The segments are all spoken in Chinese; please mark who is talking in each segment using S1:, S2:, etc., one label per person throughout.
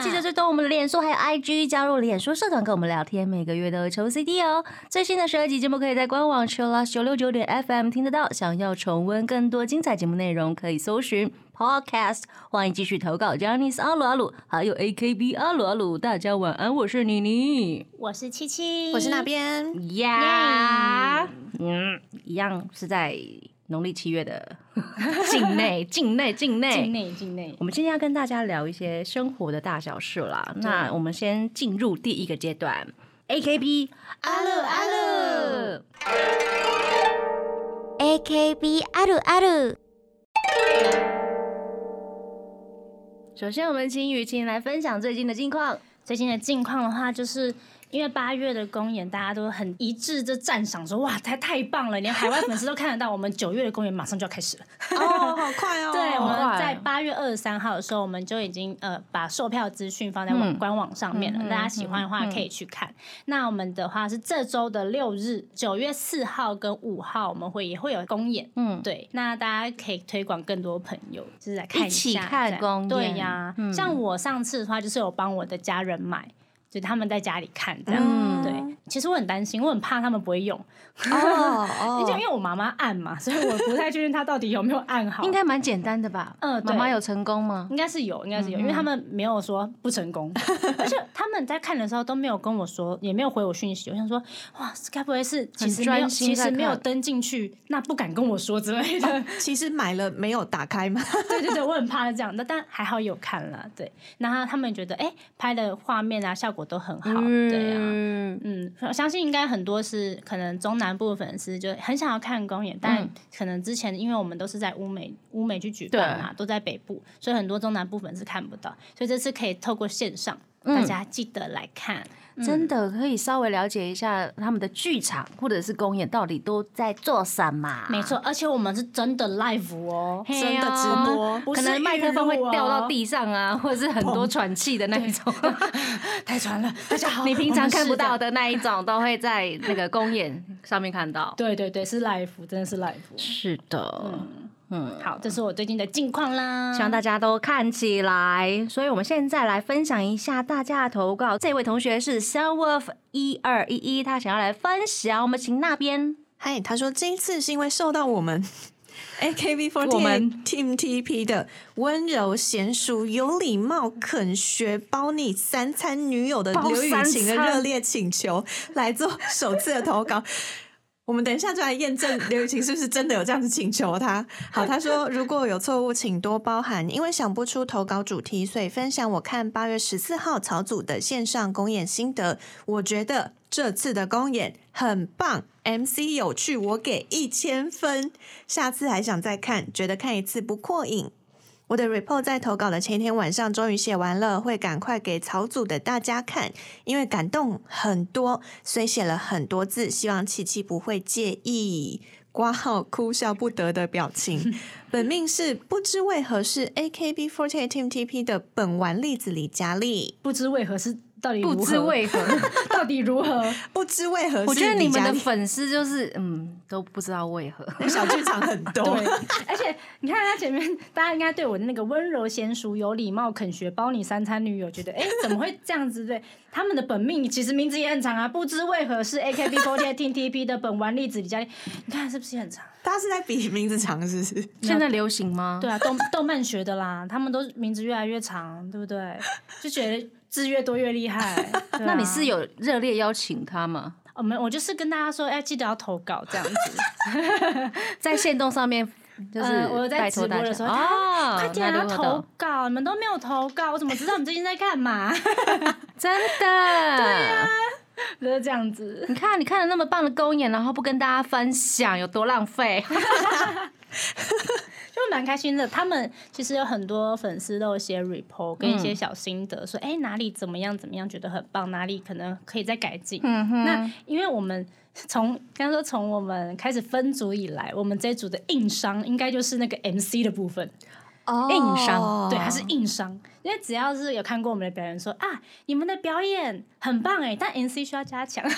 S1: 记得追踪我们的脸书还有 IG，加入脸书社团跟我们聊天，每个月都会抽 CD 哦。最新的十二集节目可以在官网 Chillus 九六九点 FM 听得到。想要重温更多精彩节目内容，可以搜寻 Podcast。欢迎继续投稿 j o h n n y s 阿鲁阿鲁，还有 AKB 阿鲁阿鲁。大家晚安，我是妮妮。
S2: 我是七七，哎
S3: 我是那边，
S1: 呀，嗯，一样是在农历七月的 境内，境内，境内，
S2: 境内境内
S1: 我们今天要跟大家聊一些生活的大小事啦。那我们先进入第一个阶段，A K B 阿乐阿乐。
S4: AKB あるある
S1: 首先，我们请雨晴来分享最近的近况。
S2: 最近的近况的话，就是因为八月的公演，大家都很一致的赞赏说，哇，太太棒了，连海外粉丝都看得到。我们九月的公演马上就要开始了，
S3: 哦，好快哦，
S2: 对，我
S1: 好
S2: 们
S1: 快
S2: 在八月二十三号的时候，我们就已经呃把售票资讯放在
S1: 嗯
S2: 网官网上面了，
S1: 嗯嗯
S2: 大家喜欢的话可以去看。那我们的话是这周的六日，九月四号跟五号，我们会也会有公演。
S1: 嗯，
S2: 对，那大家可以推广更多朋友，就是来看
S1: 一
S2: 下
S1: 起
S2: 这样，
S1: 看公
S2: 对
S1: 演
S2: 呀、
S1: 嗯
S2: 像我上次的话，就是有帮我的家人买，就他们在家里看这样。
S1: 嗯
S2: 对，其实我很担心，我很怕他们不会用，
S3: 哦
S2: 而且因为
S3: 哦，
S2: 我妈妈按嘛，所以我不太确定她到底有没有按好。
S1: 应该蛮简单的吧？
S2: 嗯
S1: 妈
S2: 对
S1: 妈有成功吗？
S2: 应该是有，应该是有，
S1: 嗯
S2: 因为他们没有说不成功，而且他们在看的时候都没有跟我说，也没有回我讯息。我想说，哇，该不会是其实没有，
S1: 专心
S2: 其
S1: 在
S2: 实
S1: 看
S2: 没有登进去，那不敢跟我说之类的。
S3: 其实买了没有打开吗？
S2: 对对对，我很怕这样的，但还好有看了。对，然后他们觉得哎、诶拍的画面啊，效果都很好，对啊。
S3: 嗯，
S2: 嗯，我相信应该很多是可能中南部的粉丝就很想要看公演，但
S1: 嗯
S2: 可能之前因为我们都是在乌美乌美去举办嘛，都在北部，所以很多中南部粉丝看不到，所以这次可以透过线上，
S1: 嗯啊
S2: 大家记得来看。
S1: 真的可以稍微了解一下他们的剧场或者是公演到底都在做什么。
S2: 没错，而且我们是真的 live 哦，
S1: 嘿
S3: 真的直
S1: 哦
S3: 播
S2: 不
S1: 可
S2: 是
S1: 能麦
S2: 预
S1: 克风会
S2: 录哦
S1: 掉到地上啊，或者是很多喘气的那一种。
S2: 太传了， 大家好
S1: 你平常看不到
S2: 的。
S1: 的那一种，都会在那个公演上面看到。
S2: 对对对，是 live，真的是 live。
S1: 是的，
S2: 好，这是我最近的近况啦。
S1: 希望大家都看起来。所以我们现在来分享一下大家的投稿。这位同学是 Self 一二一一，他想要来分享，我们请那边
S3: 嗨，他说这一次是因为受到我 们 AKB48
S1: 我们
S3: Team TP 的温柔、娴熟、有礼貌、肯学、包你三餐女友的
S1: 包
S3: 刘雨
S1: 三
S3: 晴的
S1: 餐
S3: 热烈请求来做首次的投稿。 我们等一下就来验证刘雨晴是不是真的有这样子请求他。好，他说如果有错误，请多包涵，因为想不出投稿主题，所以分享我看八月十四号草组的线上公演心得。我觉得这次的公演很棒，MC 有趣，我给一千分。下次还想再看，觉得看一次不过瘾。我的 report 在投稿的前一天晚上终于写完了，会赶快给草组的大家看，因为感动很多，所以写了很多字，希望琪琪不会介意。挂号哭笑不得的表 情，本命是不知为何是 AKB48 Team TP 的本丸栗子李佳丽，
S2: 不知为何是到底
S1: 不
S2: 如何
S1: 知为 何。
S2: 到底如何？
S3: 不知为何是
S1: 我觉得你
S3: 李
S1: 们
S3: 佳
S1: 的
S3: 丽
S1: 粉丝就是嗯，都不知道为何。
S3: 小剧场很 多，
S2: 对，而且你看他前面，大家应该对我的那个温柔娴熟、有礼貌、肯学、包你三餐女友，觉得哎、诶怎么会这样子？对，他们的本命其实名字也很长啊，不知为何是 AKB48 Team TP 的本丸栗子李佳丽，你看是不是也很长？
S1: 啊
S3: 大家是在比名字长，是不是？
S1: 现在流行吗？
S2: 对啊，动动漫学的啦，他们都名字越来越长，对不对？就觉得字越多越厉害。对啊
S1: 那你是有热烈邀请他吗？
S2: 我们我就是跟大家说，哎、记得要投稿这样子。
S1: 在线动上 面，就是
S2: 呃我在
S1: 拜
S2: 直
S1: 托
S2: 播
S1: 大
S2: 的
S1: 家
S2: 时候
S1: 哦，
S2: 快点
S1: 那
S2: 啊，
S1: 如何
S2: 投稿！你们都没有投稿，我怎么知道你最近在干嘛？
S1: 真的， 对啊，
S2: 就是这样子。
S1: 你看，你看了那么棒的公演，然后不跟大家分享，有多浪 费？
S2: 就蛮开心的。他们其实有很多粉丝都有写 report 跟一
S1: 嗯
S2: 些小心得，说哎、诶哪里怎么样怎么样，觉得很棒，哪里可能可以再改进。
S1: 嗯哼，
S2: 那因为我们从刚刚说从我们开始分组以来，我们这一组的硬伤应该就是那个 MC 的部分，
S1: 哦硬伤，
S3: 哦
S2: 对，它是硬伤。因为只要是有看过我们的表演说，啊，你们的表演很棒哎，但 NC 需要加强。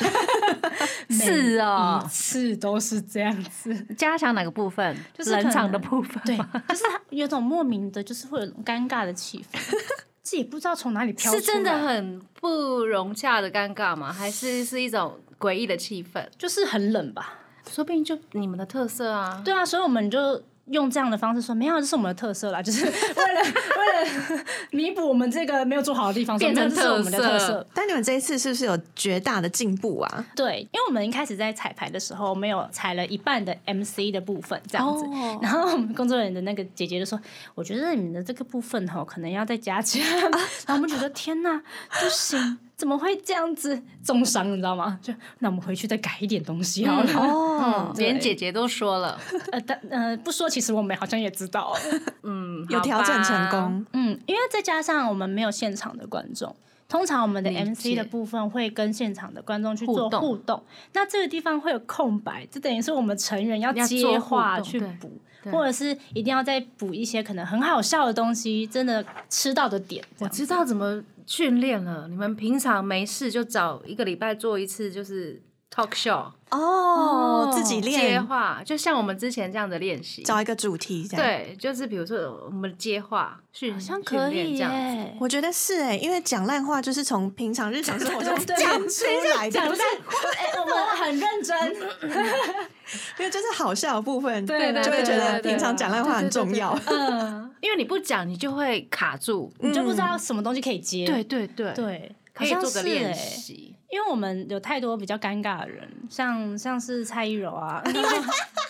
S1: 是哦
S2: 每一，次都是这样子。
S1: 加强哪个部分？
S2: 就是可
S1: 冷
S2: 能
S1: 场的部分，
S2: 对，就是它有种莫名的，就是会有种尴尬的气氛， 自己不知道从哪里飘出
S1: 是
S2: 来。
S1: 真的很不融洽的尴尬吗？还是是一种诡异的气氛？
S2: 就是很冷吧？
S1: 说不定就你们的特色啊。
S2: 对啊，所以我们就用这样的方式说，没有，这是我们的特色啦，就是 为了为了 弥补我们这个没有做好的地方，说
S1: 变成
S2: 没有这是我们的
S1: 特
S2: 特
S1: 色
S2: 色。
S3: 但你们这一次是不是有绝大的进步啊？
S2: 对，因为我们一开始在彩排的时候，我们有踩了一半的 MC 的部分这样子，
S3: 哦
S2: 然后我们工作人员的那个姐姐就说：“我觉得你们的这个部分哈，可能要再加强。 然后我们觉得天呐，不行，怎么会这样子重伤？你知道吗？就那我们回去再改一点东西好了。
S1: 嗯，
S2: 对
S1: 连姐姐都说了，
S2: 呃，但呃，不说，其实我们好像也知道。哦
S1: 嗯，
S3: 有
S1: 好吧
S3: 调整成功，
S2: 嗯，因为再加上我们没有现场的观众，通常我们的
S1: 理解
S2: MC 的部分会跟现场的观众去做
S1: 互动
S2: 互动，那这个地方会有空白，这等于是我们成员要
S1: 要做
S2: 接
S1: 互
S2: 话
S1: 动
S2: 去
S1: 对
S2: 补，
S1: 对
S2: 或者是一定要再补一些可能很好笑的东西，真的吃到的点。
S1: 我
S2: 这样
S1: 知道怎么训练了。你们平常没事就找一个礼拜做一次，就是 talk show
S3: 哦，自己
S1: 接
S3: 练，
S1: 话，就像我们之前这样的练习。
S3: 找一个主题这样。
S1: 对，就是比如说我们接话训，好
S2: 好像可以
S1: 这样子。
S2: 耶。
S3: 我觉得是哎、因为讲烂话就是从平常日常生活中
S2: 对
S3: 讲
S2: 对
S3: 出来的，不是
S2: 哎、我们很认真，
S1: 嗯
S3: 因为就是好笑的部分，
S2: 对对
S3: 就会觉得
S1: 对对
S3: 平常讲烂话很重要。
S2: 嗯，
S1: 因为你不讲，你就会卡住。
S2: 你就不知道什么东西可以接。
S1: 对对对，
S2: 嗯对，
S1: 可以
S2: 好像
S1: 做个
S2: 是
S1: 练
S2: 哎
S1: 习。
S2: 因为我们有太多比较尴尬的人，像像是蔡依柔 啊，因为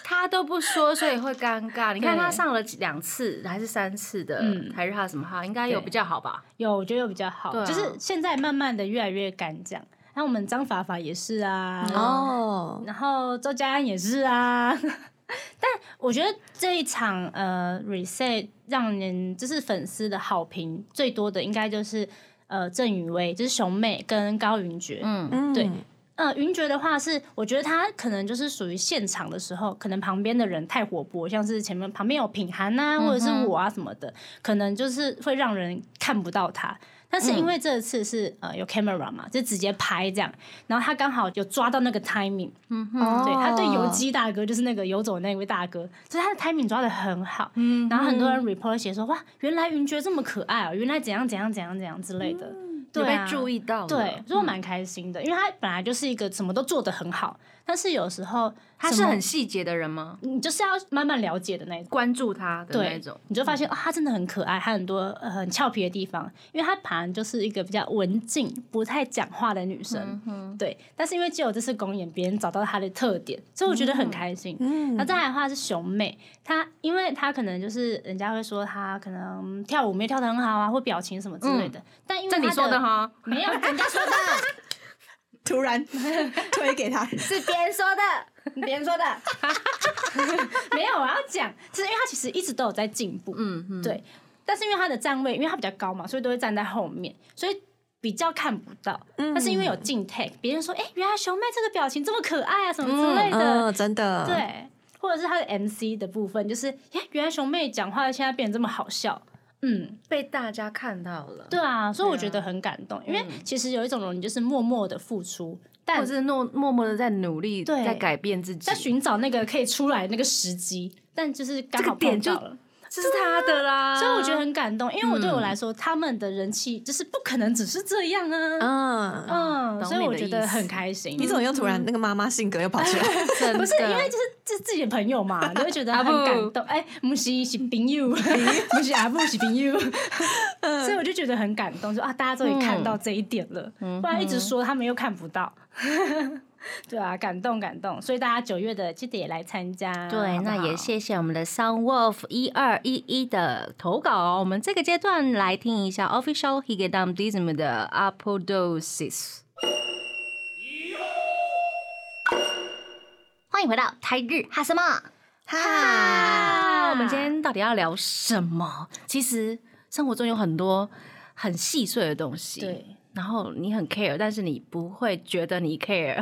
S1: 他都不说，所以会尴尬。你看
S2: 对
S1: 他上了几两次还是三次的
S2: 嗯
S1: 台日哈什么哈，应该有
S2: 对
S1: 比较好吧？
S2: 有我觉得有比较好，
S1: 对啊
S2: 就是现在慢慢的越来越敢讲。那我们张法法也是啊，
S3: 哦，
S2: 然后周家安也是啊。 但我觉得这一场呃 reset 让人就是粉丝的好评最多的，应该就是呃郑雨薇，就是熊妹跟高云珏。
S1: 嗯，
S3: 嗯
S2: 对呃，云爵的话是，我觉得他可能就是属于现场的时候，可能旁边的人太活泼，像是前面旁边有品涵
S1: 嗯
S2: 呐、或者是我啊什么的，可能就是会让人看不到他。但是
S1: 嗯
S2: 因为这次是、呃有 camera 嘛，就直接拍这样，然后他刚好有抓到那个 timing，、
S1: 嗯
S3: 哦
S2: 对他对游击大哥就是那个游走那位大哥，所以他的 timing 抓的很好。
S1: 嗯
S2: 然后很多人 report 写说哇，原来云爵这么可爱哦，原来怎样怎样怎样怎样之类的，
S1: 有
S2: 对、
S1: 嗯被
S2: 啊，
S1: 注意到了。嗯
S2: 对，所以我蛮开心的，因为他本来就是一个什么都做得很好，但是有时候
S1: 他
S2: 什
S1: 是
S2: 么
S1: 很细节的人吗？
S2: 你就是要慢慢了解的那一种。
S1: 关注他的那
S2: 对
S1: 种，，
S2: 你就发现哦，他真的很可爱，他很多、呃、很俏皮的地方，因为他本来就是一个比较文静、不太讲话的女生，对。但是因为只有这次公演，别人找到她的特点，所以我觉得很开心。
S3: 嗯
S2: 那再来的话是熊妹，她因为她可能就是人家会说她可能跳舞没有跳得很好啊，或表情什么之类的，但因为
S1: 这你
S2: 她
S1: 说的哈，
S2: 没有人家说的，
S3: 突然推给他，
S1: 是别人说的。
S2: 别人说的， 没有，我要讲，是因为他其实一直都有在进步，
S1: 嗯嗯，
S2: 对。但是因为他的站位，因为他比较高嘛，所以都会站在后面，所以比较看不到。
S1: 嗯
S2: 但是因为有近 take，别人说，哎、原来熊妹这个表情这么可爱啊，什么之类的，
S3: 嗯，真的，，
S2: 对。或者是他的 MC 的部分，就是，哎，原来熊妹讲话现在变得这么好笑，嗯，
S1: 被大家看到了，
S2: 对，啊，所以我觉得很感
S1: 啊
S2: 动，因为
S1: 嗯
S2: 其实有一种人就是默默的付出，但
S1: 或者是默默默的在努力，
S2: 对
S1: 在改变自己，
S2: 在寻找那个可以出来那个时机，但就是刚
S1: 这
S2: 好
S1: 个点
S2: 碰到
S1: 就
S2: 了，
S1: 这是他的啦。
S2: 所以我觉 得很感动，因为我对我
S1: 嗯
S2: 来说，他们的人气就是不可能只是这样啊，
S3: 嗯，
S2: 嗯，
S1: 懂
S2: 所以
S1: 你
S2: 我
S1: 的
S2: 觉
S1: 意
S2: 得很
S1: 思
S2: 开心。嗯
S3: 你怎么又突然那个妈妈性格又跑出来？
S1: 真的
S2: 不是因为就是这自己的朋友 嘛，你会觉得
S1: 阿
S2: 很
S1: 布
S2: 感动。哎，不是是 朋友，不是阿布是朋友，所以我就觉得很感动，说啊，大家终于看
S1: 嗯
S2: 到这一点了，不然一直说他们又看不到。 对啊，感动感动，所以大家九月的记得也来参加。
S1: 对，
S2: 好不
S1: 那也
S2: 好
S1: 谢谢我们的 Sound Wolf 一二一一的投稿哦。我们这个阶段来听一下 Official Higedam Dism 的 Apodosis。欢迎回到台日哈什么？
S3: 哈
S1: 那我们今天到底要聊什么？其实生活中有很多很细碎的东西，
S2: 对。
S1: 然后你很 care，但是你不会觉得你 care，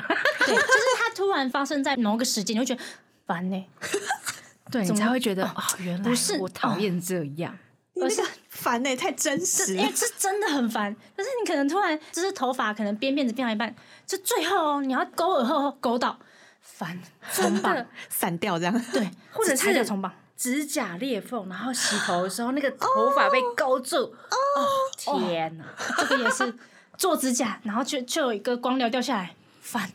S2: 对，就是它突然发生在某个时间，你会觉得烦呢、
S1: 对你才会觉得哦，原来
S2: 不是
S1: 我讨厌这样。
S3: 你那个烦呢、欸太真实
S2: 因
S3: 了
S2: 为。这真的很烦。可是你可能突然就是头发可能编辫子编到一半，就最后哦你要勾耳后勾到，烦，真 的
S3: 散掉这样。
S2: 对，
S1: 或者
S2: 只拆
S1: 是
S2: 掉重绑。
S1: 指甲裂缝，然后洗头的时候那个头发被勾住，哦天哪！
S2: 这个也是做指甲，然后就就有一个光疗掉下来， 烦，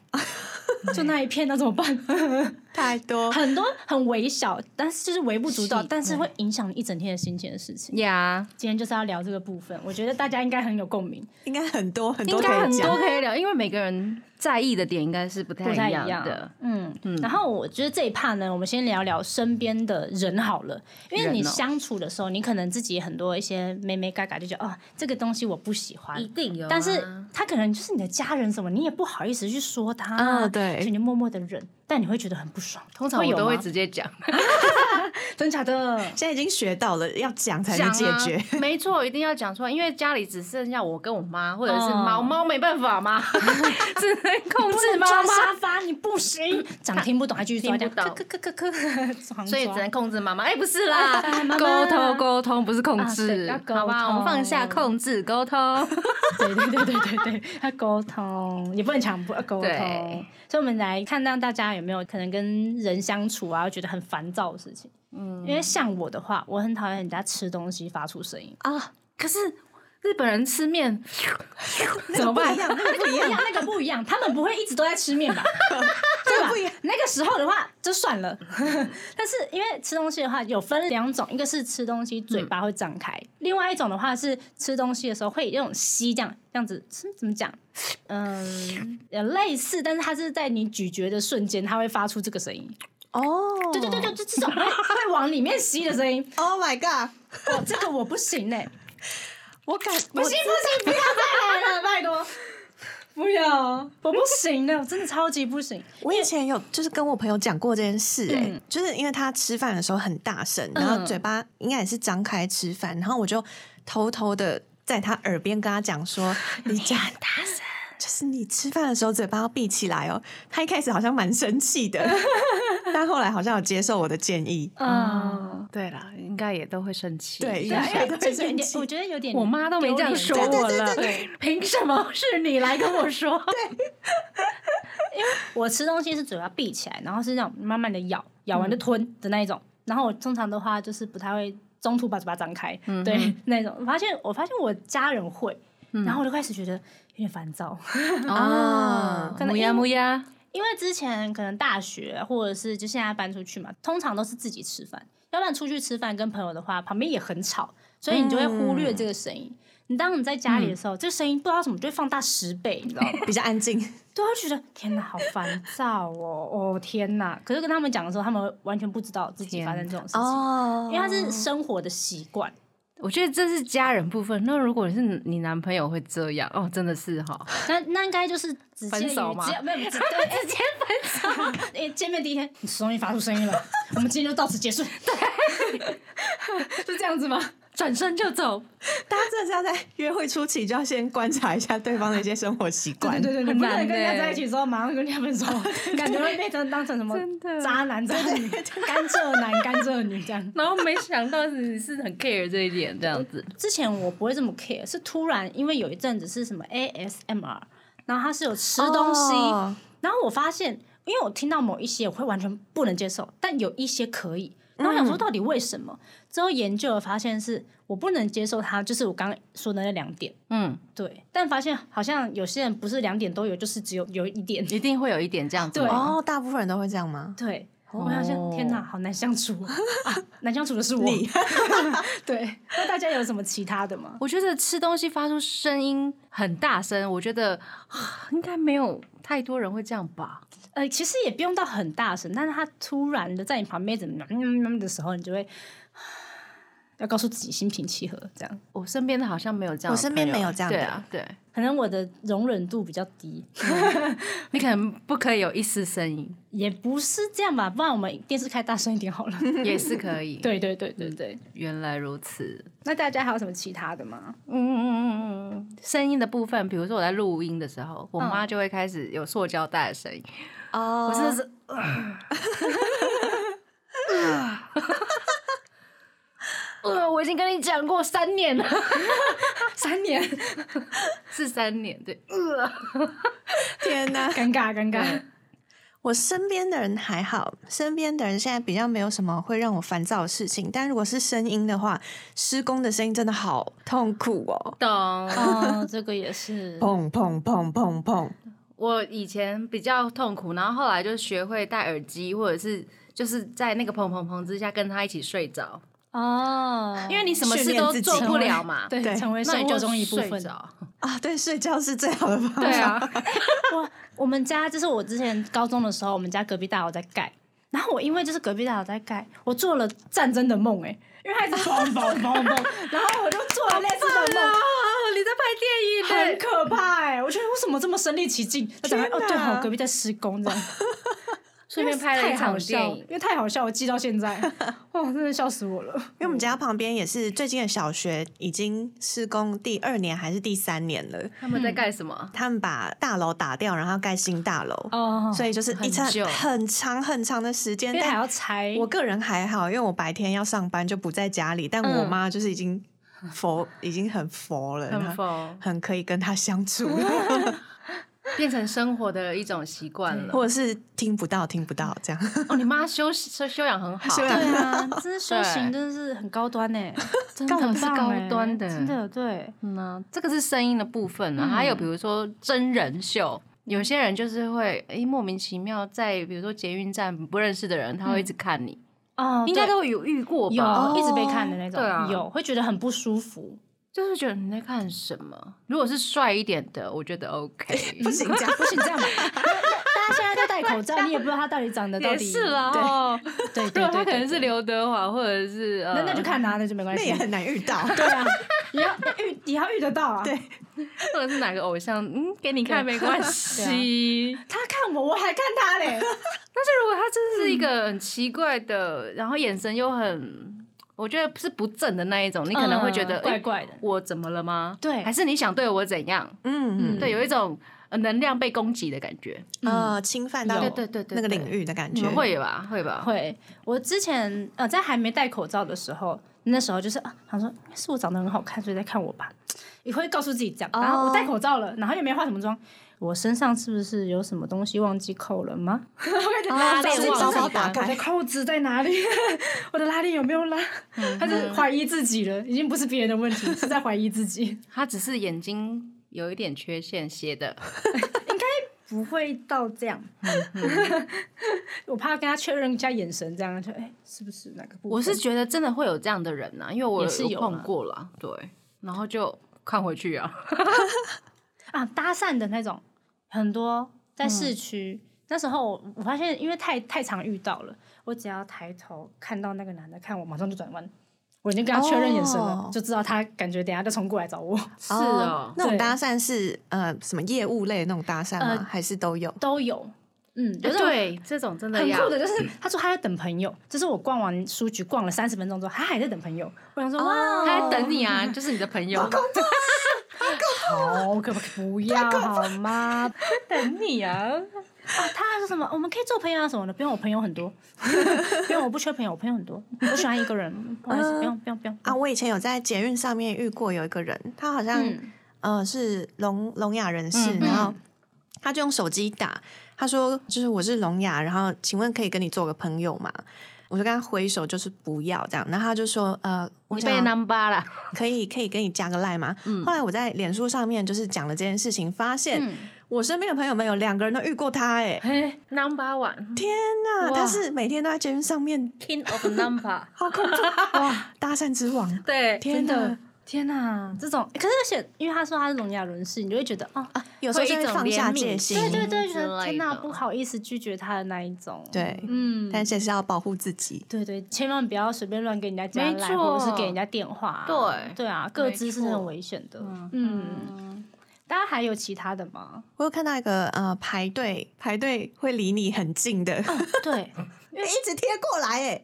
S2: 就那一片，那怎么办？
S3: 太多。
S2: 很多很微小，但是就是微不足道，
S1: 是
S2: 但是会影响你一整天的心情的事情。
S1: 呀，
S2: 今天就是要聊这个部分，我觉得大家应该很有共鸣。
S3: 应该很多很
S1: 应
S3: 多可
S1: 该
S3: 以
S1: 很
S3: 讲，
S1: 多可以聊，因为每个人在意的点应该是不太
S2: 不太
S1: 一
S2: 一样
S1: 的。
S2: 嗯嗯。然后我觉得这一趴呢，我们先聊聊身边的人好了，因为
S1: 人
S2: 你
S1: 哦
S2: 相处的时候，你可能自己很多一些妹妹嘎嘎就觉得哦，这个东西我不喜欢，
S1: 定有啊
S2: 但是他可能就是你的家人什么，你也不好意思去说他
S3: 啊对
S2: 所以你就默默的忍，但你会觉得很不爽。
S1: 通常我
S2: 有
S1: 都会
S2: 吗
S1: 直接讲，
S2: 真假的，
S3: 现在已经学到了，要讲 才能
S1: 讲
S3: 解
S1: 啊
S3: 决。
S1: 没错，一定要讲出来，因为家里只剩下我跟我妈，或者是
S2: 哦
S1: 猫，猫没办法嘛， 只能控
S2: 不
S1: 制
S2: 能
S1: 猫
S2: 抓
S1: 妈
S2: 沙。发，你不行，讲听不懂还继续抓，
S1: 听不懂
S2: 这样咳咳咳咳咳，狂抓
S1: 所以只能控制妈妈，哎、不是啦，
S2: 妈
S1: 沟通沟通不是控
S2: 啊对
S1: 制，
S2: 要沟
S1: 好吧，我们
S2: 通
S1: 放下控制沟通。
S2: 对对对对对对，要沟通，也不能强迫要沟
S1: 对
S2: 通。所以，我们来看让大家有没有可能跟人相处啊，觉得很烦躁的事情。嗯，因为像我的话，我很讨厌人家吃东西发出声音，
S1: 啊，可是日本人吃面
S3: 那个不一样，那个不一
S2: 不一
S3: 样，
S2: 样， 那个不一样，他们不会一直都在吃 面吧？
S3: 这个不一样。
S2: 那个时候的话就算了， 但是因为吃东西的话有分两种，一个是吃东西嘴巴会张开，另外一种的话是吃东西的时候会有那种吸这样这样子，是怎么讲？嗯，有类似，但是它是在你咀嚼的瞬间，它会发出这个声音。
S3: 哦，
S2: 对对对对，就这种会会往里面吸的声 音。
S3: ，Oh my god！
S2: 我这个我不行嘞、
S3: 我感
S2: 不行不行，不要再来了，拜托。 不要，我不行的，我真的超级不行。
S3: 我以前有就是跟我朋友讲过这件事、哎、
S2: 嗯
S3: 就是因为他吃饭的时候很大声，然后嘴巴应该也是张开吃饭，然后我就偷偷的在他耳边跟他讲说：“你讲很大声。”就是你吃饭的时候嘴巴要闭起来哦。他一开始好像蛮生气的，但后来好像有接受我的建议。
S2: 嗯，
S1: 对啦，应该也都会生气。
S3: 对
S1: 应
S2: 对
S1: 该
S2: 啊，
S3: 对
S2: 因为这
S3: 对
S2: 有点，
S3: 对
S2: 我觉得有点，
S1: 我妈都没这样说
S2: 丢脸
S1: 我了，凭什么是你来跟我说？
S2: 我吃东西是嘴巴闭起来，然后是那种慢慢的咬，咬
S1: 嗯
S2: 完就吞的那一种。然后我通常的话就是不太会中途把嘴巴张开，
S1: 嗯
S2: 对那种。我发现我发现我家人会，
S1: 嗯
S2: 然后我就开始觉得有点烦躁，
S3: 啊
S1: 木呀木呀，
S2: 因为之前可能大学或者是就现在搬出去嘛，通常都是自己吃饭，要不然出去吃饭跟朋友的话，旁边也很吵，所以你就会忽略
S1: 嗯
S2: 这个声音。你当你在家里的时候，这个声音不知道怎么就会放大十倍，你知道吗？
S3: 比较安静，
S2: 对，我就觉得天哪，好烦躁哦，哦天哪！可是跟他们讲的时候，他们完全不知道自己发生这种事情，
S3: 哦
S2: 因为他是生活的习惯。
S1: 我觉得这是家人部分。那如果是你男朋友会这样，哦，真的是哈，
S2: 那那应该就是直接
S1: 分手吗
S2: 直接没有直对 直接分手。哎，见面第一天，你终于发出声音了，我们今天就到此结束。
S1: 是这样子吗？转身就走，
S3: 大家真的是要在约会初期就要先观察一下对方的一些生活习惯。
S2: 对
S1: 很
S2: 你不能
S1: 难
S2: 跟人
S1: 欸
S2: 家在一起之后马上跟人家分手， 感觉会被成当成什么
S1: 真的
S2: 渣男、渣 女、甘蔗男、甘蔗女这样。
S1: 然后没想到你是很 care 这一点，这样子。
S2: 之前我不会这么 care，是突然因为有一阵子是什么 ASMR，然后它是有吃东西，
S3: 哦
S2: 然后我发现，因为我听到某一些我会完全不能接受，但有一些可以。然后我想
S3: 嗯
S2: 说到底为什么？之后研究了发现是我不能接受它，就是我刚刚说的那两点。
S1: 嗯，
S2: 对，但发现好像有些人不是两点都有，就是只有有一点。
S1: 一定会有一点这样子。
S2: 对
S3: 哦，大部分人都会这样吗？
S2: 对，我想想，天哪，好难相处 哦、啊！难相处的是我。
S3: 哦你
S2: 对，那大家有什么其他的吗？
S1: 我觉得吃东西发出声音很大声，我觉得啊应该没有太多人会这样吧。
S2: 呃，其实也不用到很大声，但是他突然的在你旁边怎么的时候，你就会要告诉自己心平气和，这样。
S1: 我身边的好像没有这样的朋友，
S3: 我身边没有这样的
S1: 对啊，对，
S2: 可能我的容忍度比较低，
S1: 你可能不可以有一丝声音，
S2: 也不是这样吧？不然我们电视开大声一点好了。
S1: 也是可 以。，
S2: 对对对对对，
S1: 原来如此。
S2: 那大家还有什么其他的吗？
S1: 嗯嗯嗯嗯嗯，声音的部分，比如说我在录音的时候，
S2: 嗯
S1: 我妈就会开始有塑胶袋的声音，
S3: 哦
S1: 我真的是，
S2: 啊呃，我已经跟你讲过三年了， 三年，
S1: 是三年，对，
S3: 天哪！
S2: 尴尬尴尬。
S3: 我身边的人还好，身边的人现在比较没有什么会让我烦躁的事情。但如果是声音的话，施工的声音真的好痛苦哦，
S1: 懂。
S2: 哦，这个也是
S3: 砰砰砰砰砰，
S1: 我以前比较痛苦，然后后来就学会戴耳机，或者是就是在那个砰砰砰之下跟他一起睡着，
S2: 哦，
S1: 因为你什么
S3: 训
S1: 事
S3: 练
S1: 都
S3: 自己
S1: 做不了嘛，
S2: 对
S3: 对
S2: 成为
S1: 那
S2: 生
S1: 你
S2: 活
S1: 就
S2: 中一部
S1: 睡
S2: 分。
S1: 着。
S3: 啊！对，睡觉是最好的方法。
S1: 对啊，
S2: 我我们家就是我之前高中的时候，我们家隔壁大楼在盖，然后我因为就是隔壁大楼在盖，我做了战争的梦哎、因为他一直砰砰砰砰，然后我就做了类似的梦，
S1: 啊你在拍电
S2: 很
S1: 影呢？
S2: 可怕啊哎、我觉得为什么这么身临其境？他讲
S3: 天哪
S2: 哦对，好，隔壁在施工 这样，
S1: 顺便拍了一
S2: 太好
S1: 场
S2: 笑
S1: 电
S2: 了，
S1: 影
S2: 因，为太好笑，我记到现在，哇，真的笑死我了。
S3: 因为我们家旁边也是最近的小学已经施工第二年还是第三年了，
S1: 他们在干什么？
S3: 他们把大楼打掉，然后盖新大楼，
S2: 哦，
S3: 所以就是一长
S1: 很久
S3: 很长很长的时间。
S2: 因为还
S3: 但
S2: 要拆，
S3: 我个人还好，因为我白天要上班就不在家里，但我
S2: 嗯
S3: 妈就是已经佛，已经很佛了，她
S1: 很疯，
S3: 很可以跟他相处 了，
S1: 变成生活的一种习惯了。
S3: 或者是听不到听不到这样。
S1: 哦，你妈修修修养很好，
S3: 修养
S2: 对啊，这是修行真的是很高端 哎、真的
S1: 干嘛
S2: 很
S1: 是
S2: 棒欸
S1: 高端的
S2: 真的对。
S1: 嗯啊，这个是声音的部分啊，还有比如说真人秀，有些人就是会诶莫名其妙在比如说捷运站不认识的人，他会一直看你，
S2: 哦，
S1: 应该
S2: 对
S1: 都嗯有遇过
S2: 有、
S1: 吧？
S2: 一直被看的那种，
S1: 哦对啊
S2: 有会觉得很不 舒服。
S1: 就是觉得你在看什么？如果是帅一点的，我 觉得 OK，
S3: 不行，这 样不行，这样
S2: 大家现在都戴口罩，你也不知道他到底长得到
S1: 也
S2: 底
S1: 是啦。哦。
S2: 对对
S1: 如
S2: 对
S1: 果他
S2: 对
S1: 可能
S2: 对
S1: 是刘德华，或者是
S2: 那
S1: 呃，
S2: 那就看他，那就没关
S3: 那
S2: 系
S3: 也。很难遇到。
S2: 对啊，你要遇你要遇 得到啊。
S3: 对，
S1: 或者是哪个偶像，嗯，给你看 没关系。
S2: 他看我，我还看他嘞。
S1: 但是如果他真的是一个很奇怪的，然后眼神又很，我觉得是不正的那一种，你 可能会觉得、
S2: 嗯怪
S1: 诶
S2: 怪的。
S1: 我怎么了吗？
S2: 对
S1: 还是你想对我怎样？
S3: 嗯
S2: 嗯
S1: 对，有一种呃能量被攻击的感觉，
S3: 呃，侵犯到
S2: 有
S1: 对对对对
S3: 那个领域的感
S1: 你
S3: 觉
S1: 们，会吧？会吧？
S2: 会，我之前呃在还没戴口罩的时候，那时候就是啊，想说是我长得很好看，所以在看我吧，也会告诉自己这样。
S1: 哦
S2: 然后我戴口罩了，然后也没化什么妆，我身上是不是有什么东西忘记扣了吗？
S1: 拉
S3: 把
S1: 链
S3: 自己
S1: 忘
S3: 包包
S1: 记
S3: 打
S1: 了，
S2: 我的
S3: 开，
S2: 扣子在哪里？ 我的拉链有没有拉？他是怀疑自己了，已经不是别人的问题，是在怀疑自己。
S1: 他只是眼睛有一点缺陷写的，
S2: 不会到这样，嗯 我怕跟他确认一下眼神，这样就哎、是不是哪个部分？
S1: 我是觉得真的会有这样的人呐、因为我
S2: 也是有啊
S1: 碰过了，对，然后就看回去啊，
S2: 啊，搭讪的那种很多，在市区、那时候我，我发现因为太太常遇到了，我只要抬头看到那个男的看我，马上就转弯，我已经跟他确认眼神了，
S3: 哦
S2: 就知道他感觉等一下就冲过来找我，
S1: 是 哦，
S3: 那种
S2: 对
S3: 搭讪是呃什么业务类的那种搭讪
S2: 呃
S3: 吗？还是都有？
S2: 都有。嗯，有这种
S1: 对，这种真的
S2: 很
S1: 要
S2: 酷的，就是他说他在等朋友，就是我逛完书局逛了三十分钟之后，他还在等朋友。我想说，哇，
S1: 他在等你啊，就是你的朋友，
S2: 哦好可不不要好吗？等你 啊！啊，他是什么？我们可以做朋友啊什么的，不用，我朋友很 多，不用，我不缺朋友，我朋友很多，我喜欢一个人，不好意思，不用，不用，不用。
S3: 啊，
S1: 嗯
S3: 我以前有在捷运上面遇过有一个人，他好像、
S2: 嗯
S3: 呃是聋聋哑人士，
S1: 嗯
S3: 然后他就用手机打，他说就是我是聋哑，然后请问可以跟你做个朋友吗？我就跟他挥手，就是不要这样，然后他就说呃，我
S1: 你被嗯
S3: 想
S1: number 了，
S3: 可以可以跟你加个赖吗？后来我在脸书上面就是讲了这件事情，发
S1: 嗯
S3: 现我身边的朋友们有两个人都遇过他、欸，哎，
S2: 哎，
S1: number one
S3: 天哪，
S1: 哇
S3: 他是每天都在捷运上面
S1: king of number，
S3: 好恐 怖哇，搭讪之王，
S1: 对，
S3: 天啊
S2: 真
S3: 哪
S2: 的，，天哪！这种，可是而且，因为他说他是聋哑人士，你就会觉得哦，嗯
S3: 有时候
S1: 啊会一
S3: 就会
S1: 种
S3: 放下
S1: 怜悯
S3: 戒
S1: 之
S3: 心，
S2: 对对对，
S1: 之
S2: 觉得
S1: 类
S2: 天哪，
S1: 的
S2: 不好意思拒绝他的那一种。，
S3: 对
S2: 嗯，
S3: 但是是要保护自己。
S2: 对对，千万不要随便乱给人家加
S1: 没
S2: 赖，
S1: 错
S2: 或者是给人家电话啊、
S1: 对
S2: 对啊，各自是
S1: 没错
S2: 很危险的。嗯，大家还有其他的 吗？
S3: 我有看到一个呃排队排队会离你很近的，
S2: 对，
S3: 一直贴过来哎、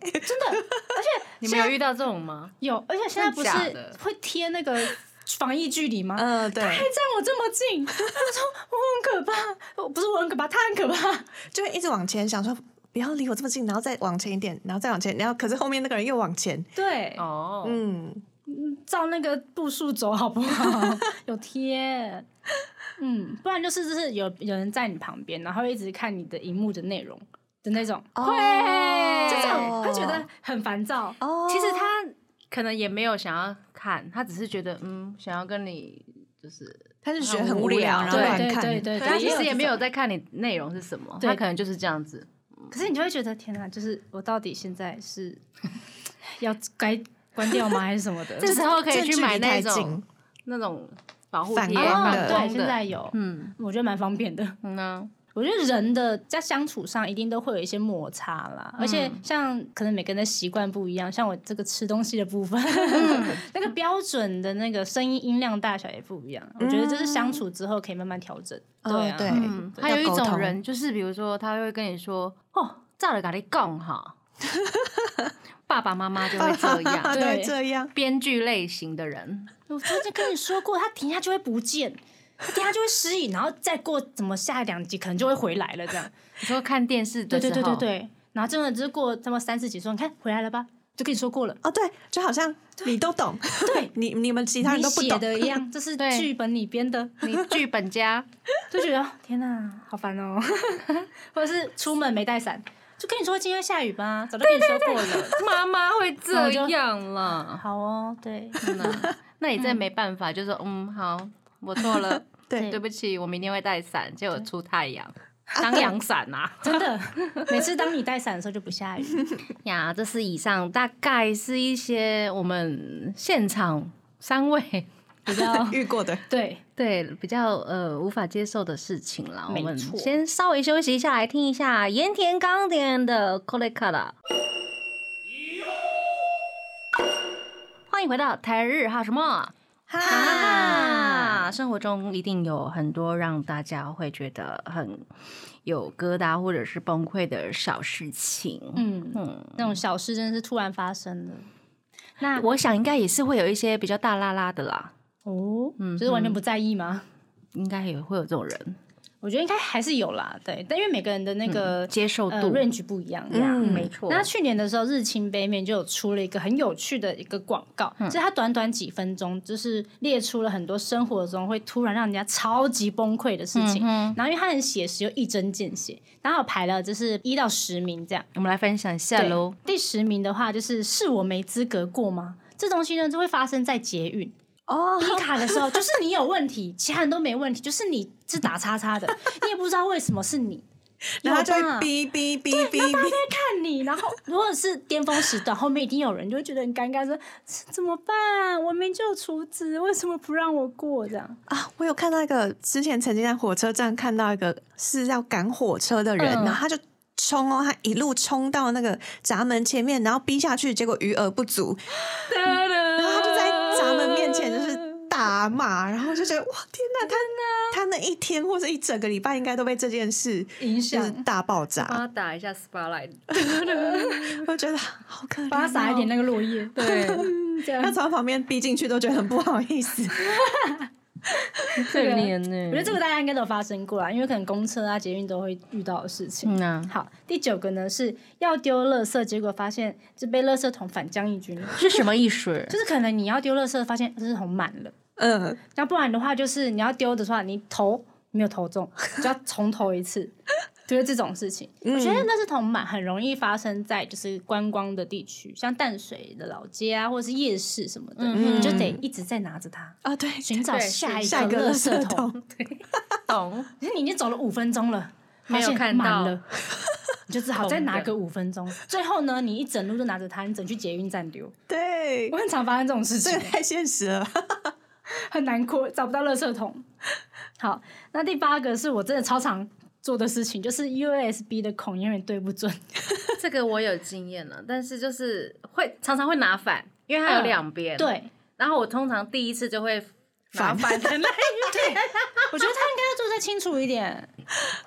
S1: 你们有遇到这种吗？
S2: 有，而且现在
S1: 真
S2: 不
S1: 的假的嗯
S2: 是会贴那个防疫距离吗？还
S3: 呃对，
S2: 站我这么 近，他说我很可怕，我不是我很可怕，他很可怕。
S3: 就会一直往前想说不要离我这么近，然后再往前一点，然后再往前，然后可是后面那个人又往前，
S2: 对，
S1: 哦，
S3: 嗯，
S2: 照那个步数走好不好？ 有贴，嗯，不然就是就是有有人在你旁边，然后一直看你的荧幕的内容的那种，
S3: 哦
S2: 会就这
S3: 哦
S2: 种会觉得很烦躁。
S3: 哦
S1: 其实他可能也没有想要看，他只是觉得嗯，想要跟你就是，
S3: 他就觉得
S1: 很
S3: 很
S1: 无
S3: 无聊，
S1: 聊
S3: 然后
S2: 对
S3: 乱
S2: 对
S3: 看，
S2: 对对对，啊
S1: 他其实也
S2: 这
S1: 没有
S2: 种，
S1: 在看你内容是什么，
S2: 对
S1: 他可能就是这样子。
S2: 可是你就会觉得天哪，就是我到底现在是 要该关掉吗，还是什么的？
S1: 这时候可以
S3: 正距
S1: 去
S3: 离
S1: 买那
S3: 太
S1: 种
S3: 近
S1: 那种保护啊
S3: 反
S1: 贴，
S3: 光
S2: 哦
S3: 的
S2: 对，
S1: 光
S2: 现在
S1: 的，
S2: 有，
S1: 嗯
S2: 我觉得蛮方便的。
S1: 嗯呢，
S2: 我觉得人的在相处上一定都会有一些摩擦啦，而且像可能每个人的习惯不一样，像我这个吃东西的部分， 那个标准的那个声音音量大小也不一样。我觉得这是相处之后可以慢慢调整。
S3: 嗯
S2: 嗯对啊，
S3: 对
S1: 嗯，还有
S3: 要
S1: 一
S3: 沟
S1: 种
S3: 通
S1: 人就是比如说他会跟你说哦，照了跟你讲 哈，爸爸妈妈就会这 样，
S3: 对，
S2: 对
S3: 这样，
S1: 编剧类型的人，
S2: 我之前跟你说过，他停下就会不见，他停下就会失忆，然后再过怎么下两集可能就会回来了这样。
S1: 你说看电视的
S2: 对
S1: 时
S2: 对
S1: 候，
S2: 对对对，然后真的只是过他妈三十几说，你看回来了吧，就跟你说过了。
S3: 哦，对，就好像你都懂，
S2: 对
S3: 你你们其他人
S2: 你
S3: 都不
S2: 写
S3: 懂，
S2: 的一样，这是
S1: 对
S2: 剧本里编的。
S1: 你剧本家，
S2: 就觉得哦天哪，好烦哦， 或者是出门没带伞，就跟你说今天下雨吧，早就跟你说过了。
S1: 妈妈会
S2: 那
S1: 这
S2: 我就
S1: 样了。
S2: 好哦，对，
S1: 真的，那你真没办法，就说嗯好，我错了，
S3: 对
S1: 对不起，我明天会带伞，结果出太阳，当阳伞啊
S2: 真的，每次当你带伞的时候就不下雨。
S1: 呀！这是以上大概是一些我们现场三位
S2: 比较
S3: 遇过的，
S2: 对，
S1: 对比较呃无法接受的事情啦。我
S2: 没
S1: 们
S2: 错
S1: 先稍微休息一下，来听一下盐田刚点的《c o l e c a l a 欢迎回到台日哈什么？啊，生活中一定有很多让大家会觉得很有疙瘩或者是崩溃的小事情。
S2: 嗯，那种小事真的是突然发生的。那
S1: 我想应该也是会有一些比较大拉拉的啦，
S2: 哦，
S1: 嗯
S2: 就是完全不在意吗？
S1: 应该也会有这种人
S2: 我觉得应该还是有啦，对，但因为每个人的那个
S1: 接受
S2: 呃啊
S1: 度。
S2: range 不一样，
S3: 嗯
S1: 没错
S2: 那去年的时候，日清杯面就有出了一个很有趣的一个广告，就是它短短几分钟，就是列出了很多生活中会突然让人家超级崩溃的事情。
S1: 嗯哼，
S2: 然后因为它很写实又一针见血，然后我排了就是一到十名这样。
S1: 我们来分享一下
S2: 对
S1: 喽。
S2: 第十名的话就是是我没资格过吗？这东西呢就会发生在捷运。
S3: 哦，
S2: 皮卡的时候，就是你有问题，其他人都没问题，就是你是打叉叉的，你也不知道为什么是你。
S3: 然后他就会
S2: 有吧
S3: 哔哔哔哔哔，
S2: 看你，然后如果是巅峰时段，后面一定有人就会觉得很尴尬说，怎么办？我明就厨子，为什么不让我过？这样，
S3: 啊，我有看到一个，之前曾经在火车站看到一个是要赶火车的人，
S2: 嗯
S3: 然后他就冲哦，他一路冲到那个闸门前面，然后逼下去，结果余额不足，然后他就在闸门面前
S2: 嗯
S3: 就是大骂，然后我就觉得哇，天哪，他他那一天或者一整个礼拜应该都被这件事
S2: 影
S3: 就是大爆
S1: 帮
S2: 啊
S3: 炸，
S1: 他打一下 spotlight，
S3: 我觉得好可怜、哦，
S2: 帮他撒一点那个落叶， 对，这样
S3: 他。从旁边逼进去都觉得很不好 意思，
S1: 可怜呢。
S2: 我觉得这个大家应该都有发生过啦，因为可能公车啊、捷运都会遇到的事情。
S1: 嗯啊，
S2: 好，第九个呢是要丢垃圾，结果发现就被垃圾桶反将一军，
S1: 是什么意思？
S2: 就是可能你要丢垃圾，发现垃圾桶满了。
S3: 嗯，
S2: 那不然的话，就是你要丢的话，你投没有 投中，就要重投一次，就是这种事情。
S1: 嗯
S2: 我觉得垃圾桶满很容易发生在就是观光的地区，像淡水的老街啊，或者是夜市什么的，
S1: 嗯
S2: 你就得一直在拿着它。
S3: 啊，对，
S2: 寻找
S1: 对
S2: 下一
S3: 下一
S2: 个垃
S3: 个垃
S2: 圾
S3: 圾
S2: 桶，
S3: 桶，
S1: 懂？
S2: 可是你已经走了五分钟了，
S1: 没有
S2: 发现
S1: 看到
S2: 满 了，你就只好再拿
S1: 空
S2: 个五分钟。最后呢，你一整路都拿着它，你整去捷运 站丢。
S3: 对
S2: 我，很常发生这种事情
S3: 这个，太现实了吧。
S2: 很难过，找不到垃圾桶。 好，那第八个是我真的超常做的事情，就是 USB 的孔永远对不准。
S1: 这个我有经验了，但是就是会常常会拿反，因为它有
S2: 嗯
S1: 两边。。
S2: 对，
S1: 然后我通常第一次就会拿
S3: 反
S1: 反的那一边，
S2: 我觉得他应该要做的清楚一点。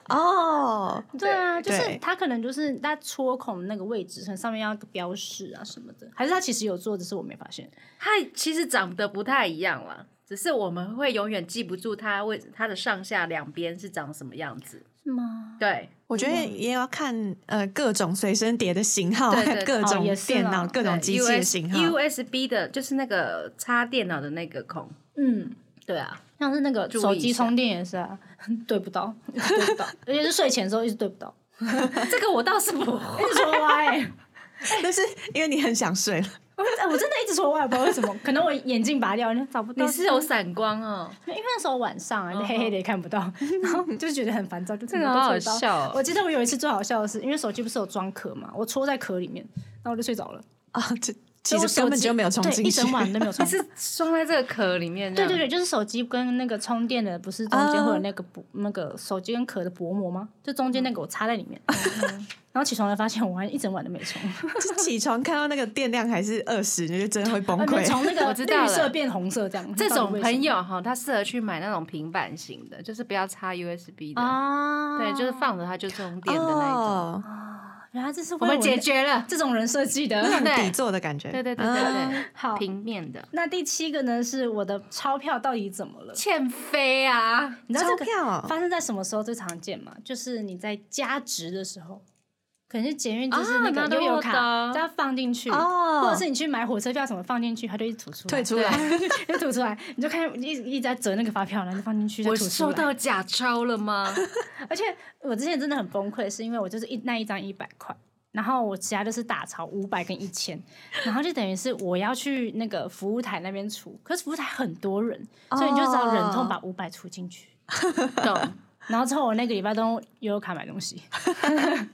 S3: 哦，
S2: 对啊，就
S3: 对
S2: 是他可能就是他戳孔那个位置，可能上面要有个标示啊什么的，还是他其实有做，只是我没发现。
S1: 它其实长得不太一样了，只是我们会永远记不住它为它的上下两边是长什么样子。
S2: 是吗？
S1: 对，
S3: 我觉得也要看呃各种随身碟的型号，
S1: 对
S3: 还有
S1: 对
S3: 各
S2: 哦
S3: 种
S2: 也是
S3: 电
S2: 啦
S3: 脑、各种机器的型号。
S1: USB 的，就是那个插电脑的那个孔。
S2: 嗯，对啊，像是那个
S1: 注意
S2: 手
S1: 一
S2: 机
S1: 下
S2: 充电也是啊， 对不到，一直对不到， 而且是睡前的时候一直对不 到，
S1: 这个我倒是不会，
S2: 一直戳歪、欸。
S3: 但是因为你很想睡了，
S2: 我哎我真的一直戳歪，不知道为什么，可能我眼镜拔掉，找不到。
S1: 你是有闪光哦。
S2: 因为那时候晚上啊，黑黑的也看不到，然后就觉得很烦躁，就这
S1: 嗯个好好笑哦
S2: 我记得我有一次最好笑的是，因为手机不是有装壳嘛，我戳在壳里面，然后我就睡着了。
S3: 啊，这
S2: 所
S3: 其
S2: 以我
S3: 实根
S2: 手
S3: 本
S2: 机
S3: 就没有充
S2: 对
S3: 进去，
S2: 一整晚 都没有充
S1: 你。是装在这个壳里面这
S2: 对
S1: 样，
S2: 对对，就是手机跟那个充电的，不是中
S1: 啊
S2: 间会有那个薄、那个手机跟壳的薄膜吗？就中间那个我插在里面，
S1: 嗯
S2: 嗯然后起床才发现我还一整晚都没充，
S3: 就 起床看到那个电量还是二十，你就真的 会崩
S2: 呃没有从
S3: 溃。
S2: 那 个
S1: 我知道了
S2: 绿色变红色这样。
S1: 这
S2: 到底
S1: 种
S2: 为什么
S1: 朋友哈，他适合去买那种平板型的，就是不要插 USB 的，
S2: 啊，
S1: 对，就是放着它就充电的那一种。
S3: 哦，
S2: 原来这是为
S1: 我们解决了，
S2: 这种人设 计的。
S1: 对
S3: 底座的感觉，
S1: 对对对
S3: 啊
S1: 对对，
S2: 好，
S1: 平面的
S2: 那第七个呢是我的钞票到底怎么了？
S1: 欠飞啊，
S2: 你知道这
S3: 钞
S2: 个
S3: 票
S2: 发生在什么时候最常见吗？就是你在加值的时候，可能是捷运就是
S1: 啊
S2: 那
S1: 拿
S2: 个
S1: 着
S2: 悠游
S1: 我
S2: 卡，
S1: 的
S2: 这样放进去，
S3: 哦
S2: 或者是你去买火车票什么放进去，它就一直吐出来，
S3: 退出来，
S2: 就吐出来，你就看一直一直在折那个发票，然后就放进去，就
S1: 我
S2: 吐出
S1: 收
S2: 来。
S1: 到假钞了吗？
S2: 而且我之前真的很崩溃，是因为我就是一那一张一百块。然后我其他就是打槽五百跟一千，然后就等于是我要去那个服务台那边出，可是服务台很多人，所以你就只好忍痛把五百出进去。
S1: 懂，
S2: 然后之后我那个礼拜都用悠游卡买东西，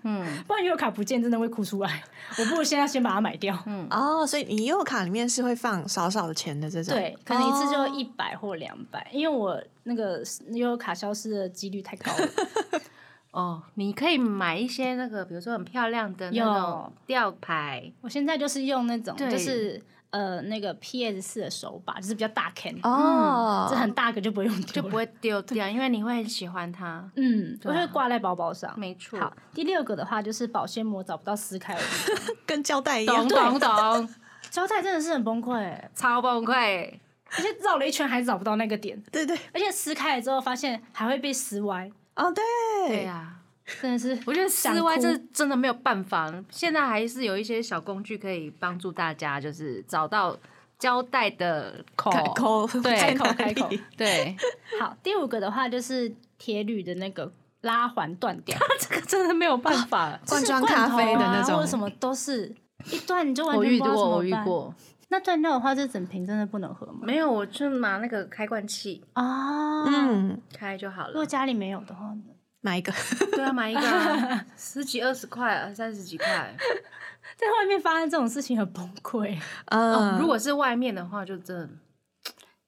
S1: 嗯，
S2: 不然悠游卡不见真的会哭出来。 我不如现在先把它买掉。
S3: 哦，所以你悠游卡里面是会放少少的钱的这种，
S2: 对，可能一次就
S3: 哦
S2: 一百或两百，因为我那个悠游卡消失的几率太高了。
S1: 哦，你可以买一些那个，比如说很漂亮的那种
S2: 有
S1: 吊牌，
S2: 我现在就是用那种，
S1: 对
S2: 就是呃那个 PS 四的手把，就是比较大 can，、
S3: 哦，
S2: 这很大个就不会用
S1: 就
S2: 丢了，
S1: 不会丢掉，因为你会很喜欢它。
S2: 嗯，我
S1: 啊
S2: 会挂在包包上。
S1: 没错，
S2: 好，第六个的话就是保鲜膜找不到撕开的地方，
S3: 跟胶带一样
S1: 懂。懂懂，
S2: 胶带真的是很崩溃、欸，
S1: 超崩溃。
S2: 而且绕了一圈还找不到那个点，
S3: 对对，
S2: 而且撕开了之后发现还会被撕歪，
S3: 哦对，
S1: 对啊呀、
S2: 真的是
S1: 我觉得撕
S2: 想
S1: 歪
S2: 哭
S1: 这真的没有办法，现在还是有一些小工具可以帮助大家，就是找到胶带的口。
S3: 开口
S1: 哦对
S2: 开
S3: 在哪里
S2: 口开口
S1: 对，
S2: 好，第五个的话就是铁铝的那个拉环断掉， 哦
S1: 这个真的没有办法。
S3: 罐装咖啡的
S2: 罐
S3: 那
S2: 头啊或者
S3: 种，
S2: 什么都是一段你就完
S1: 我
S2: 全
S1: 遇
S2: 不知道怎
S1: 过，
S2: 么
S1: 我遇
S2: 办。
S1: 过，
S2: 那断掉的话，这整瓶真的不能喝吗？
S1: 没有，我就拿那个开罐器
S2: 啊，
S3: 嗯，
S1: 开就好
S2: 如果
S1: 了。
S2: 家里没有的话呢？
S3: 买一个，
S1: 对啊，买一个啊十几、二十块、三十几块。
S2: 在外面发生这种事情很崩溃，
S1: 哦
S3: 嗯，
S1: 如果是外面的话，就真的，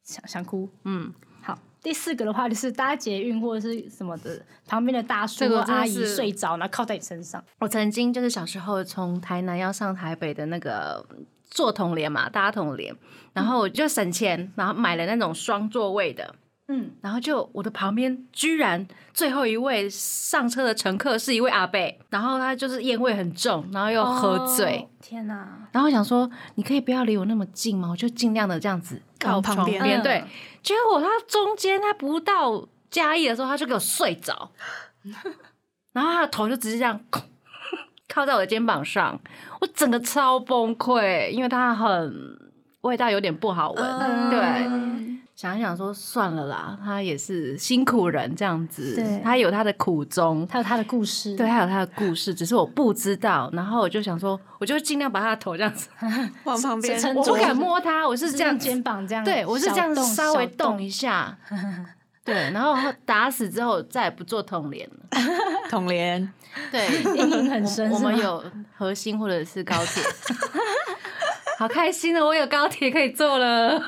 S2: 想想哭。
S1: 嗯，
S2: 好，第四个的话就是搭捷运或者是什么的，旁边的大叔
S1: 这
S2: 或
S1: 个真的
S2: 阿姨
S1: 是
S2: 睡着，然后靠在你身上。
S1: 我曾经就是小时候从台南要上台北的那个坐统联嘛，搭统联，然后我就省钱，然后买了那种双座位的，
S2: 嗯，
S1: 然后就我的旁边居然最后一位上车的乘客是一位阿伯，然后他就是烟味很重，然后又喝醉，
S2: 哦，天哪！
S1: 然后我想说你可以不要离我那么近吗？我就尽量的这样子靠
S3: 往旁
S1: 床
S3: 边
S1: 边，
S2: 嗯
S1: 对，结果他中间他不到嘉义的时候，他就给我睡 着，然后他的头就直接这样靠在我的肩膀上，我整个超崩溃，因为他很味道有点不好闻，
S2: 嗯
S1: 对，想一想说算了啦，他也是辛苦人这样子
S2: 对，
S1: 他有他的苦衷。
S2: 他有他的故事，
S1: 对，，他有他的故事，只是我不知道。然后我就想说，我就尽量把他的头这样子，
S3: 往旁边，
S2: 撑
S1: 我
S2: 住
S1: 不敢摸他，我是
S2: 是
S1: 这样子
S2: 肩膀这样，
S1: 对我是这样
S2: 小动
S1: 稍微
S2: 小
S1: 动一下，对，然后打死之后再也不做痛脸了。
S3: 统联，
S1: 对，
S2: 阴影很深，
S1: 我
S2: 是
S1: 们
S2: 吗
S1: 有核心或者是高铁， 好开心哦！我有高铁可以坐了。